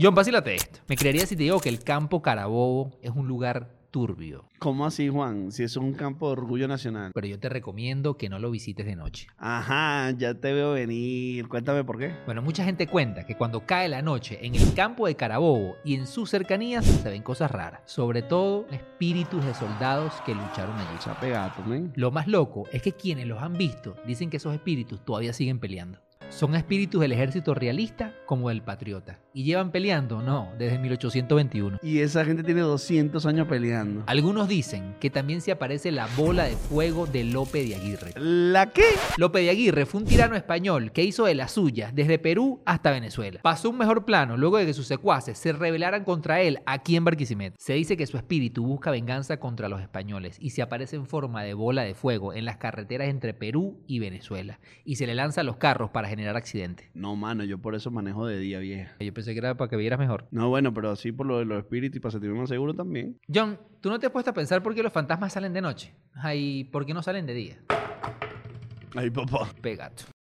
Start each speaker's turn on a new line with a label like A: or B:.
A: John, vacílate esto. Me creería si te digo que el campo Carabobo es un lugar turbio,
B: ¿Cómo así, Juan? Si es un campo de orgullo nacional.
A: pero yo te recomiendo que no lo visites de noche.
B: Ajá, ya te veo venir. Cuéntame por qué.
A: Bueno, mucha gente cuenta que cuando cae la noche en el campo de Carabobo y en sus cercanías se ven cosas raras, sobre todo espíritus de soldados que lucharon allí.
B: Se ha pegado, men.
A: Lo más loco es que quienes los han visto dicen que esos espíritus todavía siguen peleando. Son espíritus del ejército realista como del patriota. Y llevan peleando, no, desde 1821.
B: Y esa gente tiene 200 años peleando.
A: Algunos dicen que también se aparece la bola de fuego de Lope de Aguirre.
B: ¿La qué?
A: Lope de Aguirre fue un tirano español que hizo de las suyas desde Perú hasta Venezuela. Pasó un mejor plano luego de que sus secuaces se rebelaran contra él aquí en Barquisimeto. Se dice que su espíritu busca venganza contra los españoles y se aparece en forma de bola de fuego en las carreteras entre Perú y Venezuela y se le lanza a los carros para generar accidentes.
B: No, mano, yo por eso manejo de día, vieja.
A: Yo pensé que era para que vieras mejor.
B: No, bueno, pero sí por lo de los espíritus y para sentirme más seguro también.
A: John, ¿tú no te has puesto a pensar por qué los fantasmas salen de noche? Ay, ¿por qué no salen de día?
B: Ay, papá.
A: Pegato.